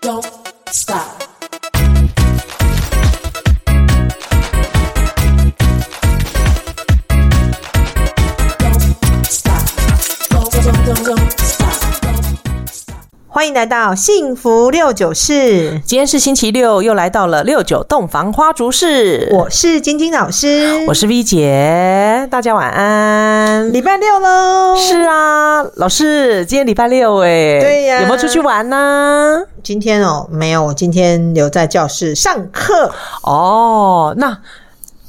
don't stop. Don't stop. Don't, don't, don't, don't stop. Don't stop. 欢迎来到幸福六九室，今天是星期六，又来到了六九洞房花烛式。我是晶晶老师，我是 V 姐，大家晚安。礼拜六喽，是啊，老师，今天礼拜六哎，对呀有没有出去玩呢？今天哦，没有，我今天留在教室上课，哦，那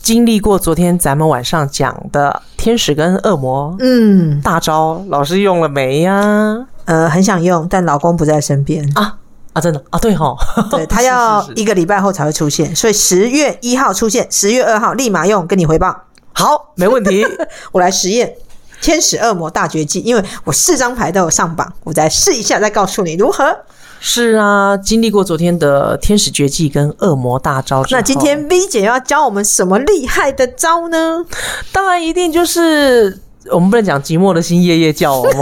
经历过昨天咱们晚上讲的天使跟恶魔嗯，大招，老师用了没呀、啊？呃，很想用，但老公不在身边，啊真的啊，对吼，对他是要是是一个礼拜后才会出现，所以十月一号出现，十月二号立马用，跟你回报，好， 没问 题。我来实验。天使恶魔大绝技，因为我四张牌都有上榜，我再试一下，再告诉你如何。是啊，经历过昨天的天使绝技跟恶魔大招之后，那今天 V 姐要教我们什么厉害的招呢？当然一定就是我们不能讲寂寞的心夜夜叫哦。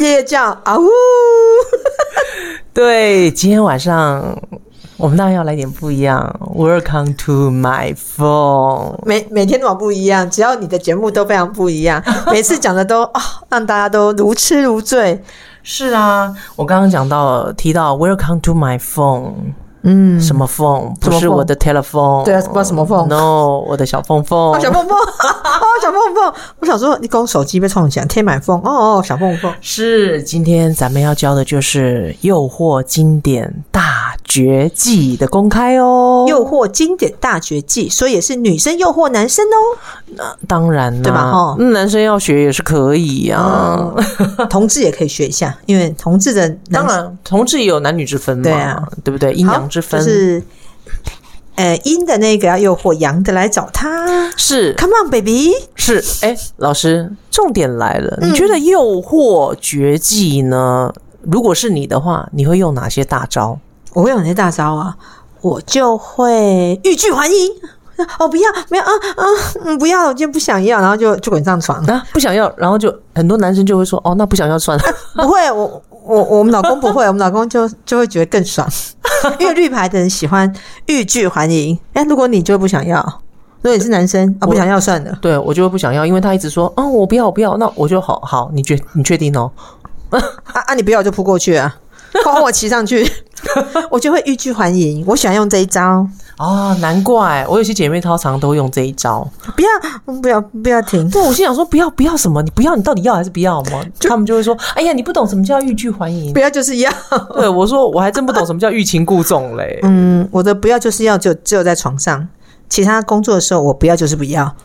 夜夜叫啊呜！ 对，今天晚上我们当然要来点不一样。Welcome to my phone。每每天怎么不一样？只要你的节目都非常不一 样，每次讲的都啊、让大家都如痴如醉。是啊，我刚刚讲到提到 Welcome to my phone。嗯，什么 phone？什不么是 phone？我的 telephone。对啊不知道什么 phone No，我的小凤凤哦，。小凤凤， 哦，小凤凤，我想说，你光手机被冲起来，贴满风，哦哦，小凤凤，是，今天咱们要教的就是诱惑经典大绝技的公开哦。诱惑经典大绝技，所以也是女生诱惑男生 哦，当然啦，对吧哦嗯男生要学也是可以呀、 啊。同志也可以学一下，因为同志的男当然，同志也有男女之分嘛，对啊对不对？阴阳之分、好就是。呃，阴的那个要诱惑阳的来找他是，Come on baby，是。哎，老师，重点来了，你觉得诱惑绝技呢？如果是你的话，你会用哪些大招？我会有那大招啊，我就会欲拒还迎。 哦，不要，没有啊啊，嗯，不要了，我今天不想要，然后就就滚上床。 啊，不想要，然后就很多男生就会说：“哦，那不想要 算了。。不会，我我我们老公不会，我们老公就就会觉得更爽， 因为绿牌的人喜欢欲拒还迎。哎、如果你就不想要，如果你是男生啊，不想要算了对我就会不想要，因为他一直说：“啊，我不要，我不要。”那我就好好，你确你确定哦？啊啊，你不要就扑过去啊，把我骑上去， 我就会欲拒还迎。我喜欢用这一招，哦，难怪我有些姐妹她常都用这一招。不要嗯不要不要停，对，我心想说不要不要什么，你不要，你到底要还是不要嘛？他们就会说，哎呀，你不懂什么叫欲拒还迎不。要就是要。 对我说，我还真不懂什么叫欲擒故纵嘞。嗯，我的不要就是要就只有在床上，其他工作的时候我不要就是不要。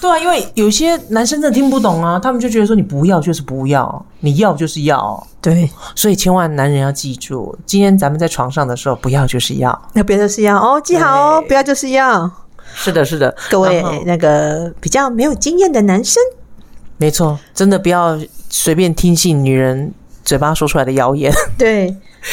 对啊，因为有些男生真的听不懂啊，他们就觉得说你不要就是不要，你要就是要，对，所以千万男人要记住，今天咱们在床上的时候，不要就是要。那不要就是要哦，记好哦，对不要就是要。是的，是的，各位然后那个比较没有经验的男生，没错，真的不要随便听信女人嘴巴说出来的谣言， 对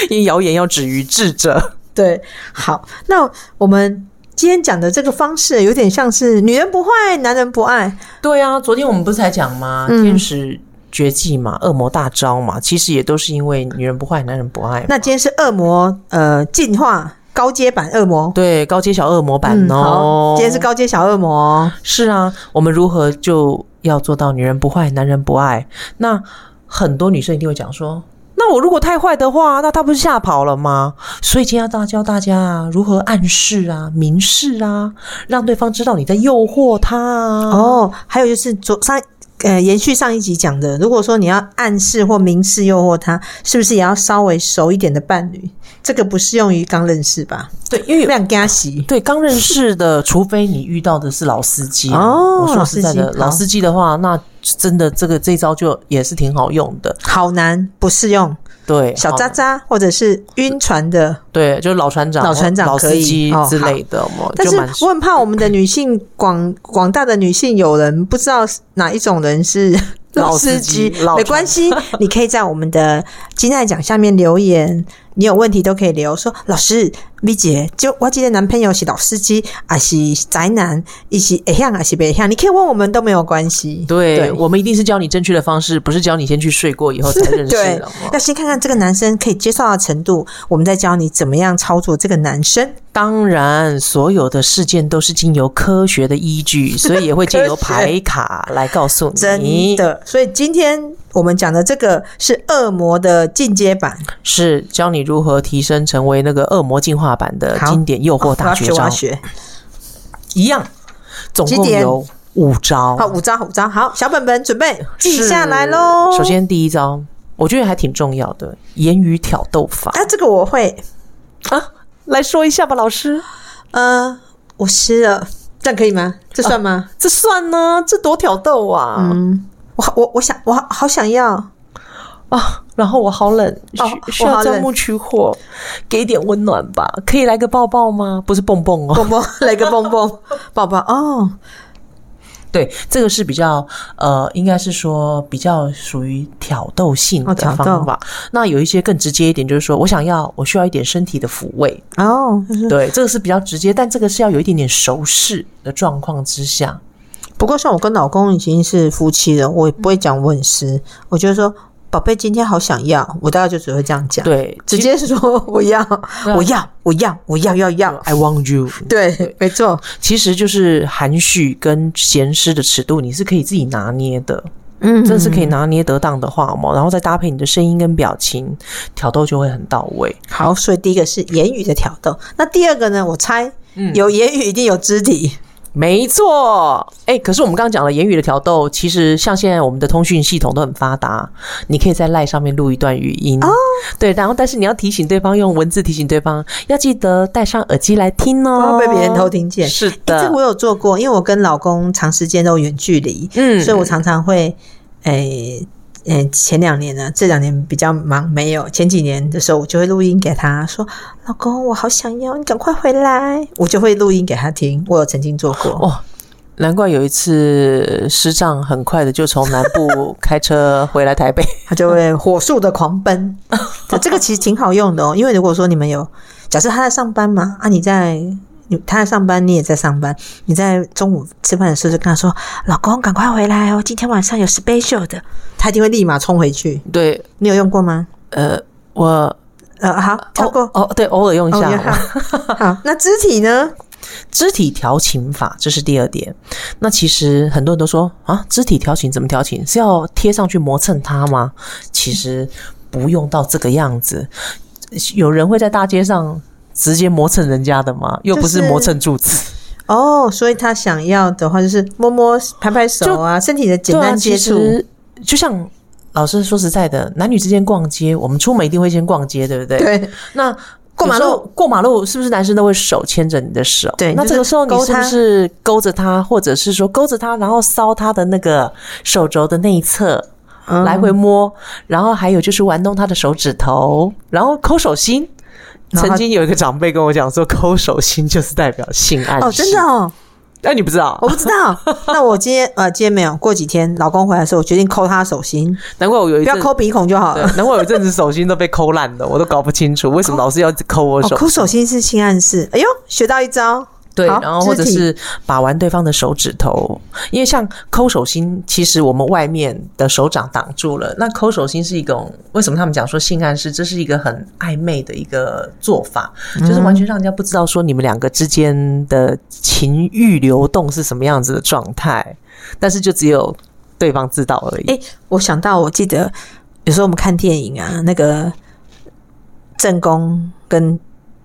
因为谣言要止于智者。对，好，那我们今天讲的这个方式有点像是女人不坏，男人不爱，对啊，昨天我们不是才讲吗？嗯天使绝技嘛，恶魔大招嘛，其实也都是因为女人不坏，男人不爱嘛。那今天是恶魔呃进化高阶版恶魔。对高阶小恶魔版嗯，哦好，，今天是高阶小恶魔哦，是啊，我们如何就要做到女人不坏，男人不爱？那很多女生一定会讲说。那我如果太坏的话，那他不是吓跑了吗？所以今天要大教大家啊，如何暗示啊、明示啊，让对方知道你在诱惑他啊。，哦，还有就是昨上呃延续上一集讲的，如果说你要暗示或明示诱惑他，是不是也要稍微熟一点的伴侣？这个不适用于刚认识吧？对，因为不然跟他洗。对，刚认识的，除非你遇到的是老司机啊哦我老说司实在机的，老好司机的话，那真的这个这一招就也是挺好用的。好难，不适用。对，小好渣渣或者是晕船的，对，就是老船长、老船长老可司以机哦之好类的，我但就是蛮我很怕我们的女性广广大的女性友人不知道哪一种人是老老司司机机老，没关系，你可以在我们的金爱奖下面留言，你有问题都可以留，说老师，V 姐，就我记得男朋友是老司机，还是宅男，一起哎样还是别样，你可以问我们都没有关系。对我们一定是教你正确的方式，不是教你先去睡过以后才认识对的哦。，要先看看这个男生可以接受的程度，我们再教你怎么样操作这个男生。当然，所有的事件都是经由科学的 依据，所以也会经由科学牌卡来告诉你。真的，所以今天我们讲的这个是恶魔的进阶版，是教你如何提升成为那个恶魔进化版的好经典诱惑我大要绝学，我招要，学。一样，总共几点有五招。好，五张，五张，好，小本本准备记下来喽。首，先第一招，我觉得还挺重要的，言语挑逗法啊，这个我会，啊，来说一下吧，老师，呃，我湿了，这样可以吗？这算吗？这算呢？这多挑逗啊！嗯，我好我我想我好好想要，啊，然后我好冷，哦需需我要好冷钻木取火，给一点温暖吧，可以来个抱抱吗？不是蹦蹦哦，蹦蹦来个蹦 蹦宝宝哦，对，这个是比较呃，应该是说比较属于挑逗性哦的挑逗方法。那有一些更直接一点，就是说我想要，我需要一点身体的抚慰，哦，就是对，这个是比较直接，但这个是要有一点点熟识的状况之下。不过像我跟老公已经是夫妻了，我也不会讲我很湿，我就说宝贝今天好想要，我大概就只会这样讲，对，直接说我要啊我要我要我要要要， I want you，对，没错，其实就是含蓄跟闲适的尺度，你是可以自己拿捏的，嗯，真的是可以拿捏得当的话嘛，然后再搭配你的声音跟表情，挑逗就会很到位。好，所以第一个是言语的挑逗，那第二个呢？我猜嗯有言语一定有肢体，没错，哎、可是我们刚刚讲了言语的挑逗，其实像现在我们的通讯系统都很发达，你可以在赖上面录一段语音，哦对，然后但是你要提醒对方用文字提醒对方，要记得戴上耳机来听不要哦，被别人偷听见。是欸这的，我有做过，因为我跟老公长时间都远距离，嗯所以我常常会，诶、诶、前两年呢，这两年比较忙，没有。前几年的时候，我就会录音给他说：“老公，我好想要，你赶快回来。”我就会录音给他听，我有曾经做过。哦难怪有一次师丈很快的就从南部开车回 来台北，他就会火速的狂奔。 这这个其实挺好用的哦，因为如果说你们有，假设他在上班嘛，啊，你在。你他在上班，你也在上班。你在中午吃饭的时候就跟他说：“老公，赶快回来哦，今天晚上有 special 的。”他一定会立马冲回去。对，你有用过吗？呃，我呃，好，跳 过。哦，对，偶尔用一哦下，也好，好。那肢体呢？肢体调情法，这是第二点。那其实很多人都说啊，肢体调情怎么调情？是要贴上去磨蹭它吗？其实不用到这个样子。有人会在大街上直接磨蹭人家的吗？又不是就是磨蹭柱子。哦，所以他想要的话就是摸摸、拍拍手啊，身体的简对啊单接触。其实就像老师说实在的，男女之间逛街，我们出门一定会先逛街，对不对？。对，那过马有时候，过马路是不是男生都会手牵着你的手？对那就是这个时候你勾是不他是勾着他，或者是说勾着他，然后搔他的那个手肘的内侧，嗯来回摸，然后还有就是玩弄他的手指头，然后抠手心。然后曾他经有一个长辈跟我讲说，抠手心就是代表性暗示。哦，真的哦，哎、你不知道我？不知道。 那我今天呃，今天没有。过几天老公回来的时候，我决定抠他手心，难怪我有不一要阵，抠鼻孔就好对了。难怪我有一阵子手心都被抠烂了，我都搞不清楚为什么老是要一直抠我哦，手。抠手心是性暗示。哎呦，学到一招。对，好然后或者肢体是把玩对方的手指头，因为像抠手心，其实我们外面的手掌挡住了。那抠手心是一种，为什么他们讲说性暗示？这是一个很暧昧的一个做法，就是完全让人家不知道说你们两个之间的情欲流动是什么样子的状态，但是就只有对方知道而已。哎、我想到，我记得有时候我们看电影啊，那个正宫跟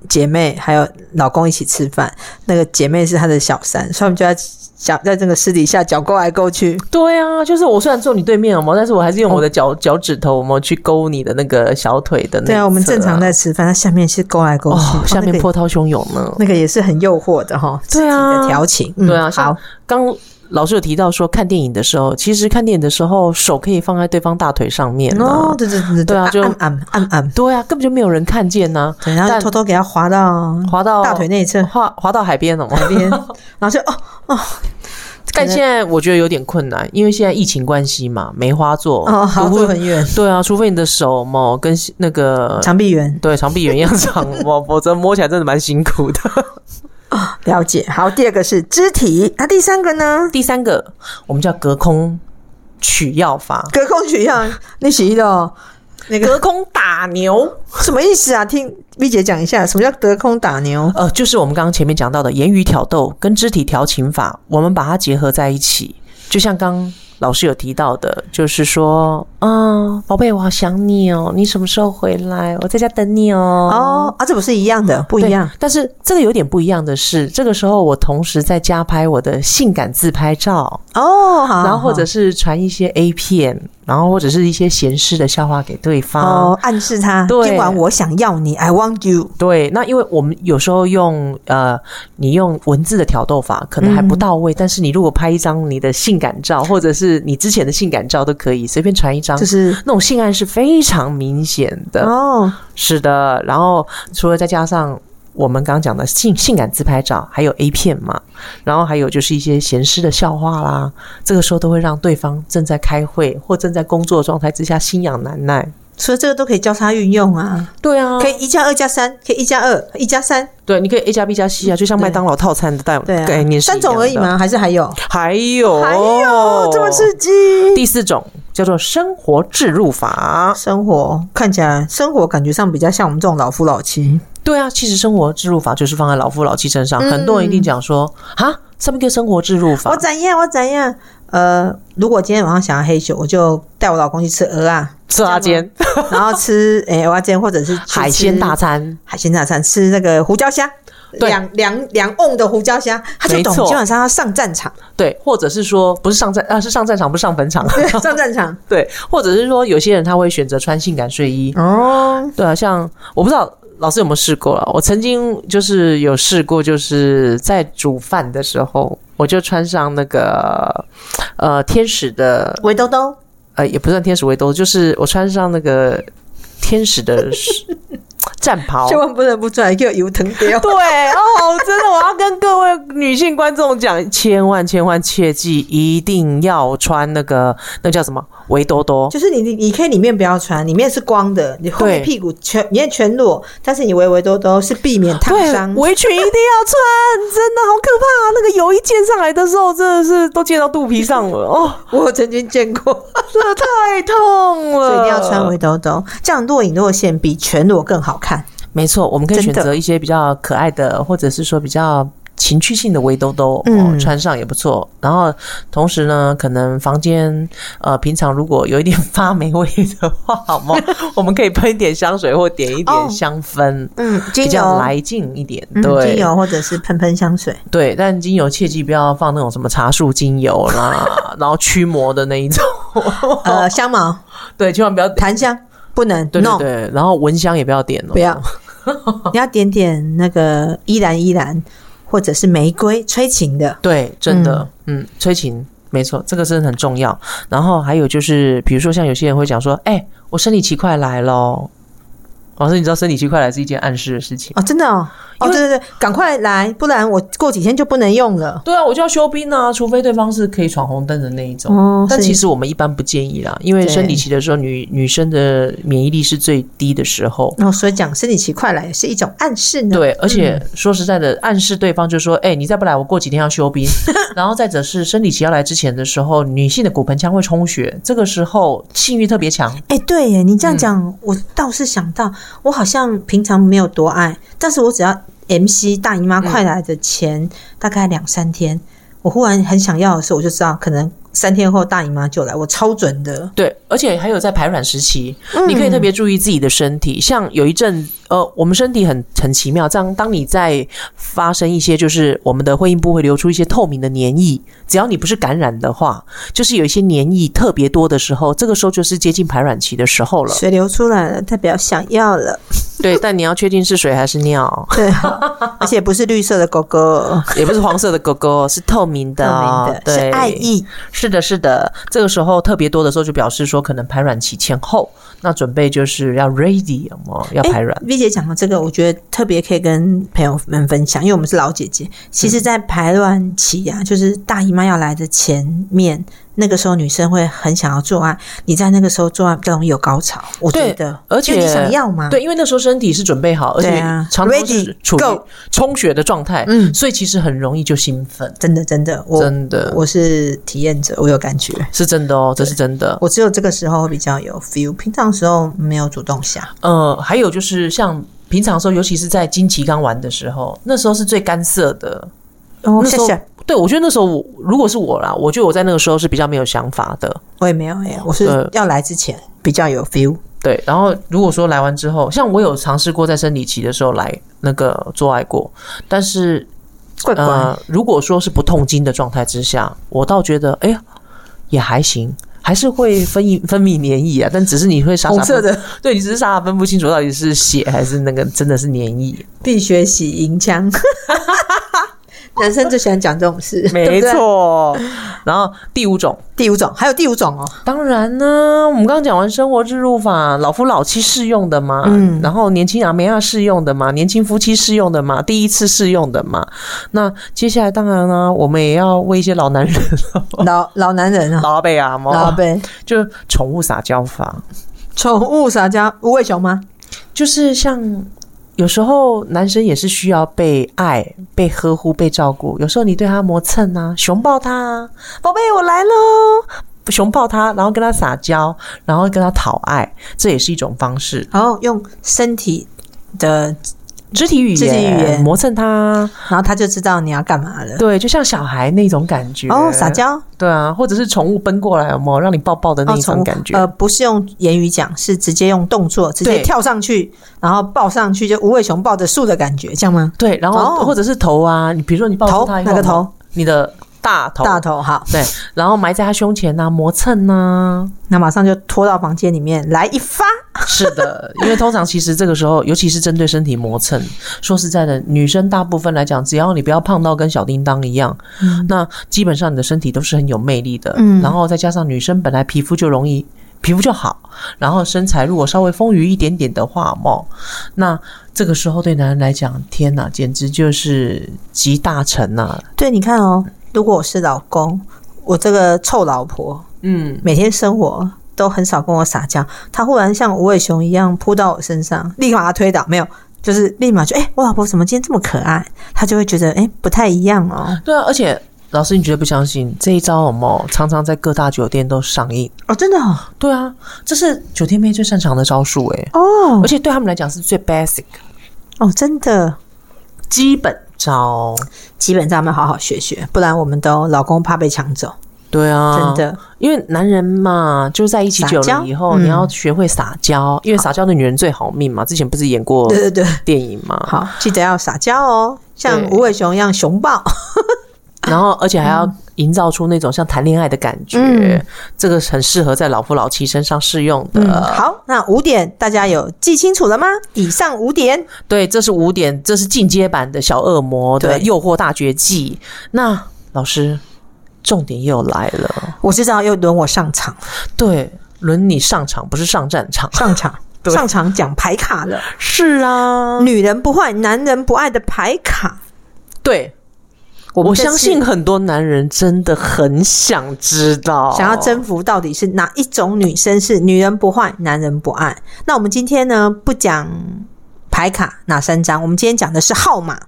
姐妹还有老公一起吃饭，那个姐妹是她的小三，所以我们就在小在这个私底下搅勾来勾去。对啊，就是我虽然坐你对面了嘛，但是我还是用我的脚、脚趾头嘛去勾你的那个小腿的那、对啊，我们正常。在吃饭，她下面是勾来勾去，哦，下面那个波涛汹涌呢。那个也是很诱惑的哈，对啊肢体的调情，嗯对啊，好像，刚老师有提到说，看电影的时候，其实看电影的时候，手可以放在对方大腿上面哦啊，。对对对对对啊就按按按按，对啊，根本就没有人看见呐、对，然后但就偷偷给他滑到滑到大腿内侧哎 滑滑到海边了嘛。哦 边，然后就哦哦，但现在我觉得有点困难，因为现在疫情关系嘛，梅花座哦，好除走非很远，对啊，除非你的手嘛跟那个长臂猿对长臂猿一样长嘛，否则摸起来真的蛮辛苦的。了解。好，第二个是肢体， 那、第三个呢？第三个，我们叫隔空取药法，隔空取样，你洗的、哦、那个隔空打牛，什么意思啊？听 V 姐讲一下，什么叫隔空打牛？呃，就是我们刚刚前面讲到的言语挑逗跟肢体调情法，我们把它结合在一起，就像刚。老师有提到的，就是说，嗯，宝贝，我好想你哦，你什么时候回来？我在家等你哦。哦，啊，这不是一样的，不一对样。。但是这个有点不一样的是，这个时候我同时在家拍我的性感自拍照，哦，好，然后或者好是传一些 A 片，然后或者是一些闲适的笑话给对方。哦，暗示他，对今晚我想要你，I want you。对，那因为我们有时候用呃，你用文字的挑逗法可能还不到位，但是你如果拍一张你的性感照，或者是你之前的性感照都可以，随便传一张，就是那种性暗示非常明显的。哦，是的，然后除了再加上我们刚刚讲的性性感自拍照，还有 A 片嘛，然后还有就是一些闲诗的笑话啦，这个时候都会让对方正在开会或正在工作状态之下心痒难耐。所以这个都可以交叉运用啊，对啊可以一加二加三，可以一加二，一加三，对，你可以 A 加 B 加 C 啊，就像麦当劳套餐的概嗯对啊，概念是一三样的哦种而已？吗？还是还有？还有还有哦这么刺激？第四种叫做生活置入法。生活看起来，生活感觉上比较像我们这种老夫老妻，对啊，其实生活置入法就是放在老夫老妻身上，嗯很多人一定讲说啊，什么叫生活置入法？我怎样，我怎样。呃，如果今天晚上想要黑酒，我就带我老公去吃鹅 啊，吃阿煎然后吃诶鹅啊煎，或者是去吃海鲜大餐，海鲜大餐，吃那个胡椒虾，对两两两瓮的胡椒虾，他就没懂错今晚上要上战 场，对，或者是说不是上战啊，是上战场不是上 坟场，对，上战场对，或者是说有些人他会选择穿性感睡衣，哦，对啊，像我不知道老师有没有试过啊，我曾经就是有试过，就是在煮饭的时候，我就穿上那个呃天使的围兜兜，呃也不算天使围兜，就是我穿上那个天使的战 袍，千万不能不出来，给我油疼掉。对哦，真的，我要跟各位女性观众讲，千万千万切记，一定要穿那个那叫什么围兜兜。就是你，你你可以里面不要穿，里面是光的，你后面对屁股全，你也全裸，但是你围围兜兜是避免烫对伤，。围裙一定要穿， 真的好可怕、啊那个油一溅上来的时候，真的是都溅到肚皮上了哦， 我曾经见过，真的太痛了。所以一定要穿围兜兜，这样若隐若现，比全裸更好看。没错，我们可以真选的择一些比较可爱的，或者是说比较情趣性的围兜兜，嗯哦，穿上也不错。然后同时呢，可能房间呃，平常如果有一点 发霉味的话，好吗？我们可以喷一点香水或点一哦点香氛。嗯，精比较油，来劲一点，嗯，对、精油或者是喷喷香 水，对，但精油切记不要放那种什么茶树精油 啦，然后驱魔的那一种， 呃，香茅、对，千万不要，檀香不能对对弄，对，然后蚊香也不要点哦，不要， 你要点点那个依兰依兰，或者是玫瑰催情的，对，真的，嗯催情，没错，这个真的很重要。然后还有就是，比如说像有些人会讲说，哎、我生理期快来咯。老师，你知道生理期快来是一件暗示的事情。哦，真的哦，哦，因为对对对，赶快来，不然我过几天就不能用了。对啊，我就要休兵啊，除非对方是可以闯红灯的那一种。哦，但是其实我们一般不建议啦，因为对生理期的时候，女女生的免疫力是最低的时候。哦，所以讲生理期快来是一种暗示呢。对，而且说实在的，暗示对方就说：“哎、你再不来，我过几天要休兵。”然后再者是生理期要来之前的时候，女性的骨盆腔会充血，这个时候性欲特别强。哎、对耶，你这样讲，嗯我倒是想到，我好像平常没有多爱，但是我只要 MC 大姨妈快来的嗯前、大概两三天，我忽然很想要的时候，我就知道可能三天后大姨妈就来，我超准的。对，而且还有在排卵时期，嗯你可以特别注意自己的身体。像有一阵，呃，我们身体很很奇妙，这样当你在发生一些，就是我们的会阴部会流出一些透明的黏液，只要你不是感染的话，就是有一些黏液 特别多的时候，这个时候就是接近排卵期的时候了。水流出来了，代表想要了。对，但你要确定是水还是尿，对， 而且不是绿色的狗狗，也不是黄色的狗狗，是透明的哦、透明的，对，是爱。意。是的，是的。这个时候特别多的时候，就表示说可能排卵期前后，那准备就是要 ready 有没有要排卵。诶 V 姐讲的这个，我觉得特别可以跟朋友们分享，因为我们是老姐姐。其嗯实，在排卵期啊，就是大姨妈要来的前面，那个时候女生会很想要做爱，你在那个时候做爱比较容易有高潮，我觉对得，而且因为你想要嘛，对，因为那时候身体是准备好，而且对啊肠道是 Ready，处于 go 充血的状态，嗯所以其实很容易就兴奋，真的真的，我真的我是体验者，我有感觉。是真的哦，这是真的。我只有这个时候会比较有 feel，平常时候没有主动想。呃，还有就是像平常的时候，尤其是在经期刚完的时候，那时候是最干涩的。哦那时谢候谢，对，我觉得那时候我如果是我啦，我觉得我在那个时候是比较没有想法的。我也没有耶，我是哦对要来之前比较有 feel。对，然后如果说来完之后，像我有尝试过在生理期的时候来那个做爱过，但是怪怪，呃，如果说是不痛经的状态之下，我倒觉得哎呀也还行，还是会分泌 分泌黏液啊，但只是你会傻傻红色分，的 对你只是傻傻分不清楚到底是血还是那个真的是黏液，必学习银枪， 男生最喜欢讲这种事，对没不对。错。 然后第五种，第五种还有第五种哦，当然呢，我们刚刚讲完生活置入法，老夫老妻适用的嘛，嗯然后年轻阿梅亚适用的嘛，年轻夫妻适用的嘛，第一次适用的嘛。那接下来当然呢、我们也要为一些老男人、 老老男人啊，老阿伯啊，嘛老呗，就宠物撒娇法，宠物撒娇，无尾熊吗？就是像有时候男生也是需要被爱、被呵护、被照顾。有时候你对他磨蹭啊，熊抱他啊，宝贝，我来喽，熊抱他，然后跟他撒娇，然后跟他讨爱，这也是一种方式。然后用身体的，肢体语言，肢体语言磨蹭他，然后他就知道你要干嘛了。对，就像小孩那种感觉。哦，撒，娇对啊，或者是宠物奔过来，有没有让你抱抱的那哦，宠种物感觉？呃，不是用言语讲，是直接用动作，直接对跳上去，然后抱上去，就无尾熊抱着树的感觉，这样吗？对，然后、哦或者是头啊，你比如说你抱头住他以后哪个？头？你的大头，大头好，对，然后埋在他胸前呐、啊磨蹭啊呐、那马上就拖到房间里面来一发，是的，因为通常其实这个时候，尤其是针对身体磨蹭，说实在的，女生大部分来讲，只要你不要胖到跟小叮当一样，那基本上你的身体都是很有魅力的。嗯然后再加上女生本来皮肤就容易。皮肤就好，然后身材如果稍微丰腴一点点的话，哦，那这个时候对男人来讲，天哪，简直就是集大成啊呐、对，你看哦，如果我是老公，我这个臭老婆嗯，每天生活都很少跟我撒娇，她忽然像无尾熊一样扑到我身上，立马推倒，没有，就是立马就哎、我老婆怎么今天这么可爱？她就会觉得哎、不太一样哦。对啊，而且老师，你绝对不相信这一招，有没有常常在各大酒店都上映？哦，真的哦，对啊，这是酒店妹最擅长的招数诶、哦而且对他们来讲是最 basic 哦，真的。基本招。基本上我们好好学学，不然我们都老公怕被抢走，对啊，真，的。因为男人嘛，就在一起久了以后，撒娇嗯你要学会撒娇，因为撒娇的女人最好命嘛。之前不是演过对对对，电影嘛，好，记得要撒娇哦，像对无尾熊一样熊抱。然后而且还要营造出那种像谈恋爱的感觉，嗯这个很适合在老夫老妻身上适用的。嗯，好，那五点大家有记清楚了吗？以上五点，对，这是五点，这是进阶版的小恶魔的对诱惑大绝技。那老师，重点又来了，我知道又轮我上 场，对，轮你上场，不是上战场。上场，对上场讲牌卡了。是啊，女人不坏，男人不爱的牌卡，对，我我们这次相信很多男人真的很想知道，想要征服到底是哪一种女生是女人不坏，男人不爱。那我们今天呢，不讲牌卡哪三张，我们今天讲的是号码，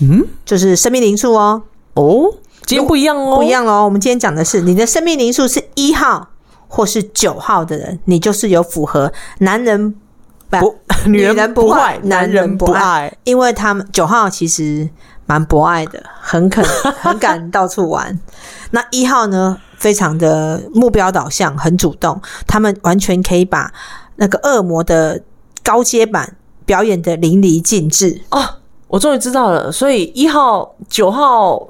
嗯就是生命灵数哦，哦，今天不一样哦，不一，样喽。我们今天讲的是你的生命灵数是一号或是九号的人，你就是有符合男人不， 女人不坏，男男人人不不爱爱，因为他们九号其实蛮博爱的，很肯 很敢到处玩。那一号呢，非常的目标导向，很主动，他们完全可以把那个恶魔的高阶版表演的淋漓尽致。哦我终于知道了，所以一号、九号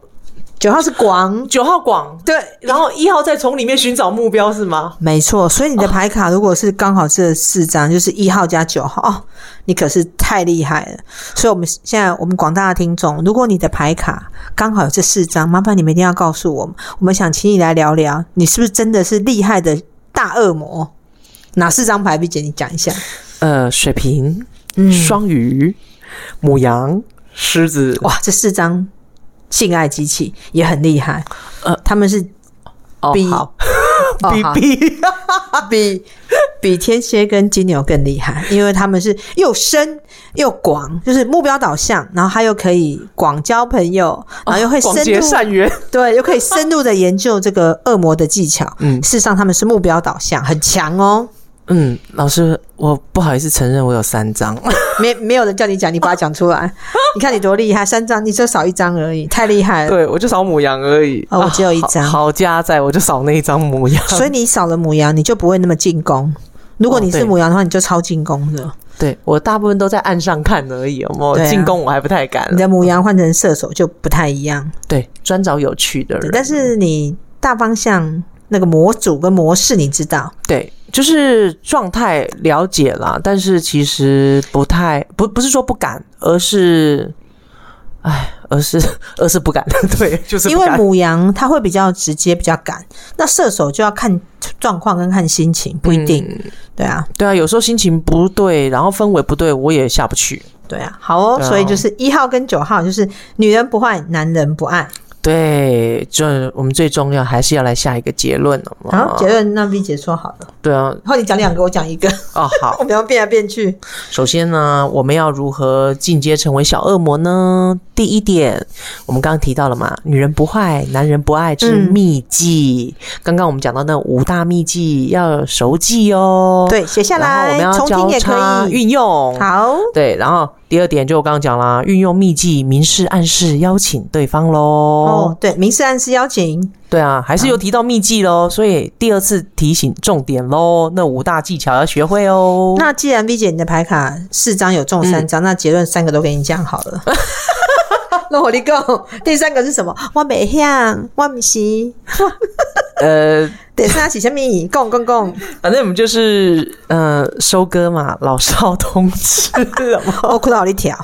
九号是广，九号广，对，然后一号再从里面寻找目标是吗？没错。所以你的牌卡如果是刚好这四张，就是一号加九号，哦，你可是太厉害了。所以我们现在我们广大的听众，如果你的牌卡刚好有这四张，麻烦你们一定要告诉我们，我们想请你来聊聊，你是不是真的是厉害的大恶魔？哪四张牌？毕姐，你讲一下。呃，水瓶、嗯双鱼、母羊、狮子，哇，这四张性爱机器也很厉害，呃他们是哦比好，哦 比好比，比比天蝎跟金牛更厉害，因为他们是又深又广，就是目标导向，然后他又可以广交朋友，然后又会哦广深结入、善缘。对，又可以深入的研究这个恶魔的技巧。嗯事实上他们是目标导向，很强哦，嗯，老师，我不好意思承认我有三张，没没有人叫你讲，你把它讲出来，你看你多厉害，三张你就少一张而已，太厉害了。 对我就扫母羊而已。哦我只有一张啊好好家在，我就扫那一张母羊。所以你少了母羊，你就不会那么进攻。如果哦你是对母羊的话，你就超进攻的。 对我大部分都在岸上看而已，有没对有啊进攻我还不太敢你。的母羊换成射手就不太一样。对，专找有趣的对人。但是你大方向那个模组跟模式你知道，对，就是状态了解啦，但是其实不太不不是说不敢，而是，哎，而是 而是不敢，对，就是因不为敢。母羊它会比较直接，比较赶。那射手就要看状况跟看心情，不一定。嗯对啊，对啊，有时候心情不对，然后氛围不对，我也下不去。对啊，好哦。对啊所以就是一号跟九号，就是女人不坏，男人不爱。对，这我们最重要还是要来下一个结论了嘛。好，结论让 V 姐说好了，对啊，然后你讲两个，我讲一个， 哦好我，们要变来变去。首先呢，我们要如何进阶成为小恶魔呢？第一点，我们刚刚提到了嘛，女人不坏，男人不爱之秘技。刚刚我们讲到那五大秘技要熟记哦，，对，写下然后我来们，重听要也交叉可以。运用。好，对，然后第二点就我刚刚讲啦，运用秘技，明示暗示邀请对方喽。哦，对，明示暗示邀请，对啊，还是有提到秘技喽，所以第二次提醒重点喽，那五大技巧要学会哦。嗯那既然 V 姐你的牌卡四张有中三张，那结论三个都给你讲好 了。那我立够。第三个是什么？我没向，我不是，呃，第三是什么？共共 共，反正我们就是呃收割嘛，老少通 吃了嘛。 我哭到你跳。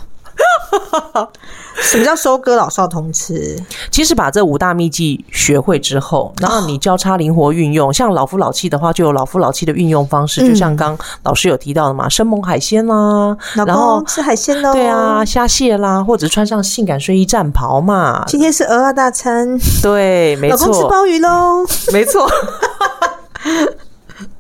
什么叫收割老少通吃？其实把这五大秘技学会之后，然后你交叉灵活运用，像老夫老妻的话，就有老夫老妻的运用方式，嗯就像刚老师有提到的嘛，生猛海鲜啦，老然后公吃海鲜喽。对啊，，虾蟹啦，或者穿上性感睡衣战袍嘛，今天是鹅啊大餐，对，没老公吃错，鲍鱼喽。没错。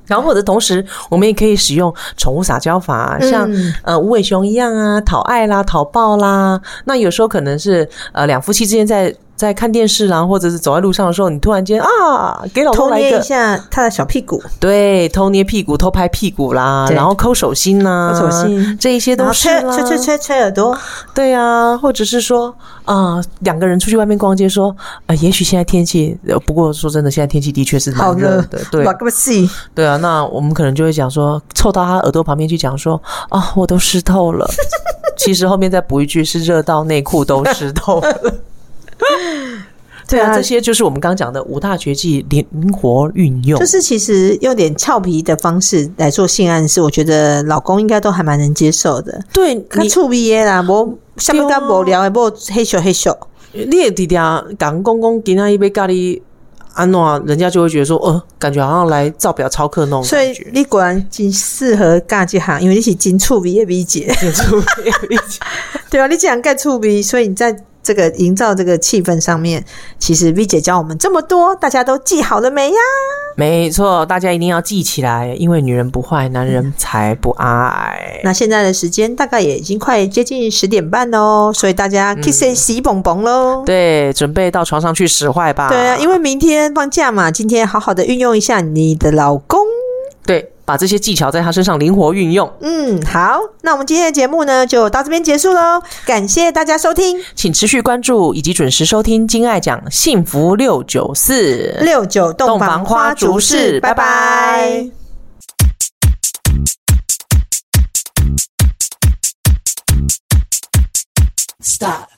然后或者同时，我们也可以使用宠物撒娇法，像嗯呃无尾熊一样啊，讨爱啦，讨抱啦。那有时候可能是呃两夫妻之间在在看电视啊，或者是走在路上的时候，你突然间啊，给老公偷来一捏一个下他的小屁股，对，偷捏屁股、偷拍屁股啦，对然后抠手心呐、抠手心这一些然都后是吹啦吹吹吹吹耳朵，对啊，或者是说啊、两个人出去外面逛街说，呃，也许现在天气，呃不过说真的，现在天气的确是蛮好热的，对，哇，个屁！对啊，那我们可能就会讲说，凑到他耳朵旁边去讲说，啊，我都湿透 了。其实后面再补一句是热到内裤都湿 透了。对啊，这些就是我们刚讲的五大绝技灵灵活运用。就是其实用点俏皮的方式来做性暗示，我觉得老公应该都还蛮能接受的。对看你触鼻耶啦，无下面干无聊的，无嘿咻嘿咻。你也弟弟啊，讲公公给他一杯咖喱安诺，人家就会觉得说，呃，感觉好像来造表超客那种所感以觉。你果然真适合干这行，因为你是真触鼻的 V 姐， 对啊，你既然干触鼻，所以你在这个营造这个气氛上面，其实 V 姐教我们这么多，大家都记好了没呀？没错，大家一定要记起来，因为女人不坏，男人才不爱。那现在的时间大概也已经快接近十点半喽，所以大家嗯 kiss 洗蹦蹦喽。对，准备到床上去使坏吧。对啊，因为明天放假嘛，今天好好的运用一下你的老公。对，把这些技巧在他身上灵活运用，嗯，好，那我们今天的节目呢就到这边结束喽，感谢大家收听请持续关注以及准时收听《金爱讲幸福六九四》。六九洞呃房花烛事，拜拜。 Stop.